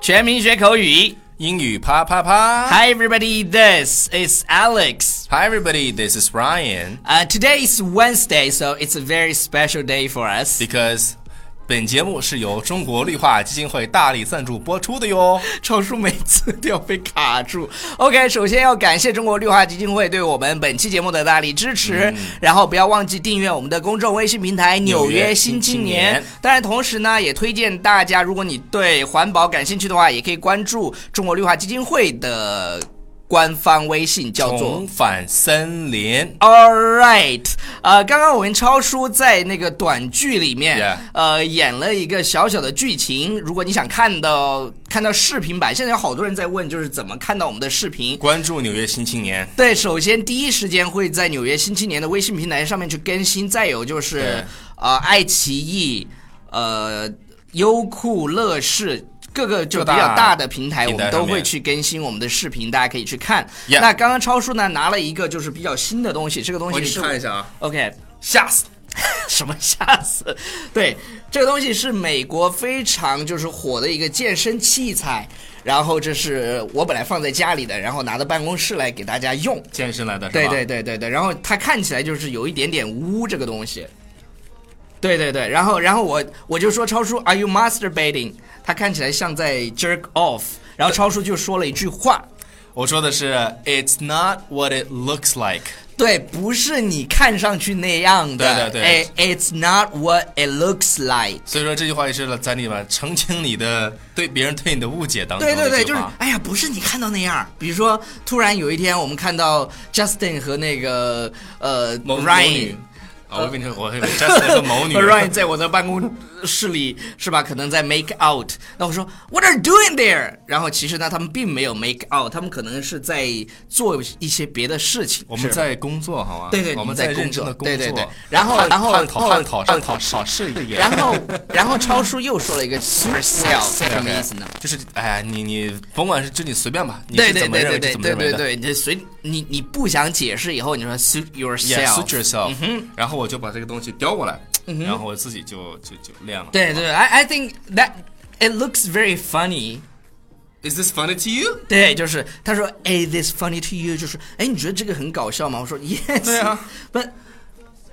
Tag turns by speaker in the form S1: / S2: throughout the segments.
S1: 全民学口语。
S2: 英语啪啪啪
S1: Hi everybody, this is Alex.
S2: Hi, everybody, this is Ryan.
S1: Uh, today is Wednesday, so it's a very special day for us.
S2: Because 本节目是由中国绿化基金会大力赞助播出的哟。
S1: 超叔每次都要被卡住。OK，首先要感谢中国绿化基金会对我们本期节目的大力支持，然后不要忘记订阅我们的公众微信平台《纽
S2: 嗯纽约
S1: 约
S2: 新
S1: 新青
S2: 青
S1: 年》
S2: 年
S1: 当然，同时呢，也推荐大家，如果你对环保感兴趣的话，也可以关注中国绿化基金会的官方微信，叫做
S2: 重返森林
S1: All right，呃，刚刚我们超叔在那个短剧里面
S2: Yeah
S1: 呃，演了一个小小的剧情。如果你想看到看到视频版，现在有好多人在问，就是怎么看到我们的视频。
S2: 关注纽约新青年。
S1: 对，首先第一时间会在纽约新青年的微信平台上面去更新，再有就是
S2: 对
S1: 呃，爱奇艺、呃，优酷、乐视。各个就比
S2: 各
S1: 较
S2: 大
S1: 大的平台，我
S2: 平台
S1: 们都
S2: 上面
S1: 会去更新我们的视频，大家可以去看。
S2: Yeah
S1: 那刚刚超叔呢拿了一个就是比较新的东西，这个东
S2: 我
S1: 西
S2: 给你
S1: 是
S2: 看一下啊，
S1: OK，
S2: 吓死！
S1: 什么吓死？对，这个东西是美国非常就是火的一个健身器材，然后这是我本来放在家里的，然后拿到办公室来给大家用。
S2: 健身来的是吧？
S1: 对对对对对，然后它看起来就是有一点点污这个东西。对对对，然后然后我我就说超叔，Are you masturbating？它看起来像在 jerk off，然后超叔就说了一句话。
S2: 我说的是，It's not what it looks like。
S1: 对，不是你看上去那样的。
S2: 对对
S1: 对，It's not what it looks like。
S2: 所以说这句话也是在你吧澄清你的对别人对你的误解当中的
S1: 对
S2: 一句话。
S1: 对对，就是哎呀，不是你看到那样儿。比如说，突然有一天我们看到 Justin 和那个呃
S2: 某某
S1: Ryan
S2: 女。啊，我以为你说我以为 Justin 和 某女
S1: Ryan 在我的办公室里是吧？可能在 make out。那我说 What are you doing there？然后其实呢，他们并没有 make out，他们可能是在做一些别的事情。
S2: 我们
S1: 是
S2: 在工作好吗？
S1: 对对
S2: 我们
S1: 你在
S2: 认真的
S1: 工
S2: 工
S1: 作对对对然后然后
S2: 探
S1: 然
S2: 讨
S1: 后嗯
S2: 探讨探讨考试一点。
S1: 然后，然后超叔又说了一个 yourself，什么
S2: OK，
S1: 意思呢？
S2: 就是哎呀，你你甭管是就你随便吧，你
S1: 对
S2: 是
S1: 对
S2: 怎么
S1: 对
S2: 认为
S1: 对
S2: 就
S1: 对
S2: 怎么
S1: 对
S2: 认为
S1: 对
S2: 的。
S1: 对，你随你你不想解释以后，你说 suit
S2: Yeah,
S1: yourself，
S2: suit
S1: 嗯
S2: yourself、然后我就把这个东西叼过来，然后我自己就就就练了。
S1: 对对，I I think that it looks very funny。
S2: ，Is this funny to you？
S1: 对，就是他说，Is this funny to you？就是，哎，你觉得这个很搞笑吗？我说，Yes。
S2: 对啊，
S1: 不，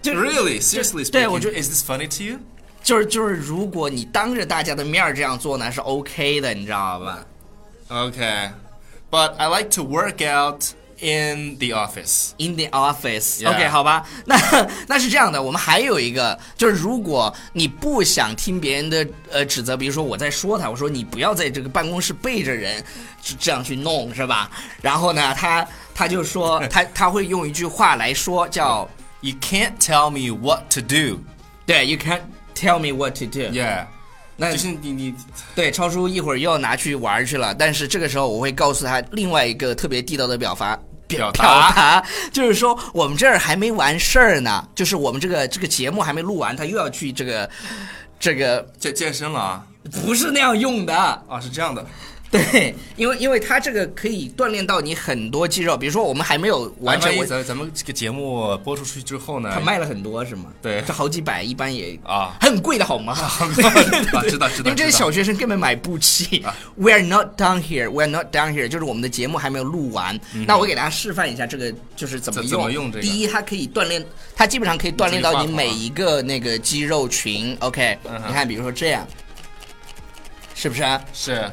S1: 就
S2: Really? Seriously?
S1: 对我觉
S2: speaking, is this funny to you?
S1: 就是就是，如果你当着大家的面儿这样做呢，是 OK 的，你知道吧？
S2: Okay, but I like to work out in the office.
S1: In the office，OK，、
S2: Yeah.
S1: OK，好吧，那那是这样的，我们还有一个，就是如果你不想听别人的呃指责，比如说我在说他，我说你不要在这个办公室背着人这这样去弄，是吧？然后呢，他他就 说他他会用一句话来说，叫
S2: You can't tell me what to do.
S1: 对，You can't tell me what to do。
S2: Yeah，
S1: 那
S2: 就是你你
S1: 对，超叔一会儿又要拿去玩儿去了，但是这个时候我会告诉他另外一个特别地道的表法。表
S2: 表达
S1: 达就是说，我们这儿还没完事儿呢，就是我们这个这个节目还没录完，他又要去这个这个
S2: 健健身了啊？
S1: 不是那样用的，
S2: 啊，是这样的。
S1: 对，因为因为他这个可以锻炼到你很多肌肉，比如说我们还没有完成
S2: 万一
S1: 我，
S2: 咱咱们这个节目播出去之后呢
S1: 哎他？卖了很多是吗？
S2: 对
S1: 这好几百，一般也
S2: 啊
S1: 很贵的好吗？
S2: 啊知道知道啊
S1: 因为这些
S2: 知道
S1: 小学生根本买不起。We are not done here, we are not done here，就是我们的节目还没有录完。那我给大家示范一下这个就是怎么
S2: 怎
S1: 用。
S2: 嗯怎么用这个
S1: 第一，它可以锻炼，它基本上可以锻炼到你
S2: 你自己画图啊
S1: 每一个那个肌肉群。OK，、
S2: 嗯哼
S1: 你看，比如说这样，是不是、啊？
S2: 是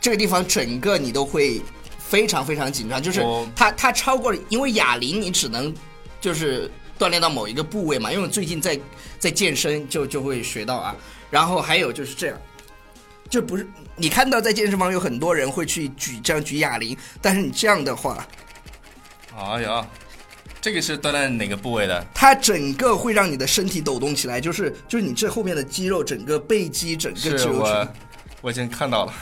S1: 这个地方整个你都会非常非常紧张，就是
S2: 我
S1: 它它超过了，因为哑铃你只能就是锻炼到某一个部位嘛，因为我最近在在健身就就会学到啊，然后还有就是这样。就不是你看到在健身房有很多人会去举这样举哑铃，但是你这样的话，
S2: 哎呀，这个是锻炼哪个部位的？
S1: 它整个会让你的身体抖动起来，就是就是你这后面的肌肉，整个背肌，整个肌
S2: 是
S1: 肉群
S2: 我，我已经看到了。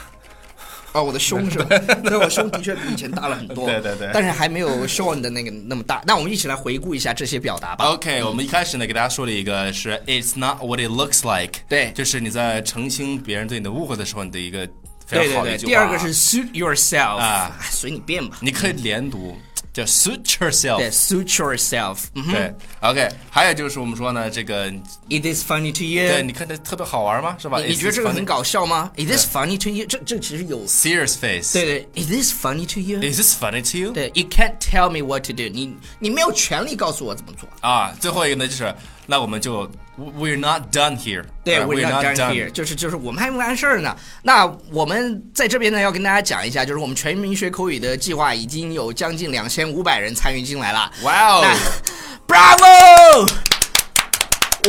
S1: 啊，我的胸 是吧？对，我胸的确比以前大了很多，
S2: 对对对
S1: 但是还没有 Sean 的那个那么大。那我们一起来回顾一下这些表达吧。
S2: OK，我们一开始呢给大家说了一个是 It's not what it looks like，
S1: 对
S2: 就是你在澄清别人对你的误会的时候，你的一个非
S1: 对
S2: 常
S1: 对
S2: 好的
S1: 对，
S2: 一句话。
S1: 第二个是 suit yourself，
S2: 啊
S1: 哎随你便吧。
S2: 你可以连读叫 suit yourself。
S1: 对，suit yourself，嗯哼
S2: 对，OK。还有就是我们说呢，这个
S1: ，It is funny to
S2: 对，
S1: you，
S2: 你看这特别好玩吗？是吧？
S1: 你你觉得这个很搞笑吗？It is funny to you，这这其实有，
S2: serious face？
S1: 对对，It is funny to you，
S2: ，Is this funny to you？
S1: 对，You can't tell me what to do，你你没有权利告诉我怎么做。
S2: 啊，最后一个呢就是，那我们就 We're not done here
S1: 对
S2: 啊。
S1: ，We're
S2: We're
S1: not
S2: not
S1: done here，就是就是我们还没完事儿呢。那我们在这边呢，要跟大家讲一下，就是我们全民学口语的计划已经有将近两千五百人参与进来了。
S2: 哇哦
S1: 那 Bravo！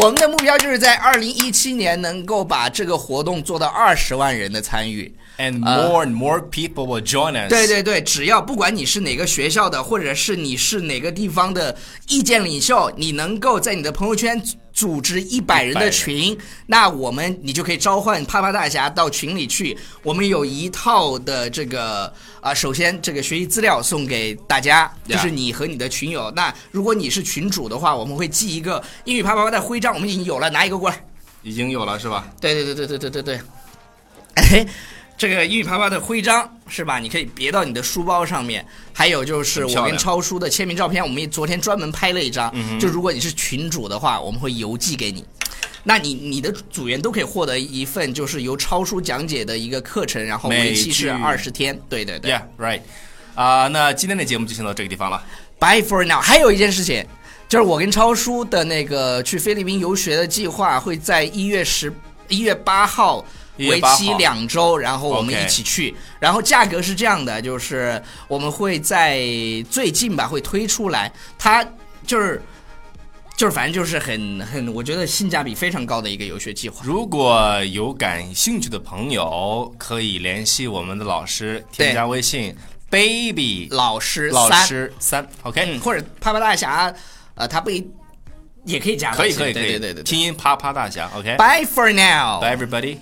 S1: 我们的目标就是在二零一七年能够把这个活动做到二十万人的参与。
S2: ，and
S1: 呃
S2: more and more people will join us。
S1: 对对对，只要不管你是哪个学校的，或者是你是哪个地方的意见领袖，你能够在你的朋友圈组组织一百人的群，那我们你就可以召唤啪啪大侠到群里去。我们有一套的这个啊、首先这个学习资料送给大家，就
S2: Yeah
S1: 是你和你的群友。那如果你是群主的话，我们会寄一个英语啪啪啪的徽章，我们已经有了，拿一个过来。
S2: 已经有了是吧？
S1: 对对对对对对对 对。哎，这个英语啪啪的徽章是吧？你可以别到你的书包上面。还有就是
S2: 很
S1: 我
S2: 漂亮嗯
S1: 跟超叔的签名照片，我们也昨天专门拍了一张。就如果你是群主的话，我们会邮寄给你。那你你的组员都可以获得一份，就是由超叔讲解的一个课程，然后为期是
S2: 美剧
S1: 二十天。对对对。
S2: Yeah, right. 啊、那今天的节目就先到这个地方了。
S1: Bye for now。还有一件事情，就是我跟超叔的那个去菲律宾游学的计划会在一月十一月八号。
S2: 1月
S1: 为
S2: 8号
S1: 期两周，然后我们
S2: OK
S1: 一起去。然后价格是这样的，就是我们会在最近吧会推出来，它就是就是反正就是很很，我觉得性价比非常高的一个游学计划。
S2: 如果有感兴趣的朋友，可以联系我们的老师，
S1: 对
S2: 添加微信 baby
S1: 老师
S2: 老
S1: 三，
S2: 师三，OK，、
S1: 嗯，或者啪啪大侠，呃，他不一也可以加微
S2: 可以
S1: 信
S2: 可以可
S1: 对
S2: 以，
S1: 对对对对。
S2: 拼音啪啪大侠，OK，Bye、
S1: Bye for now。
S2: everybody。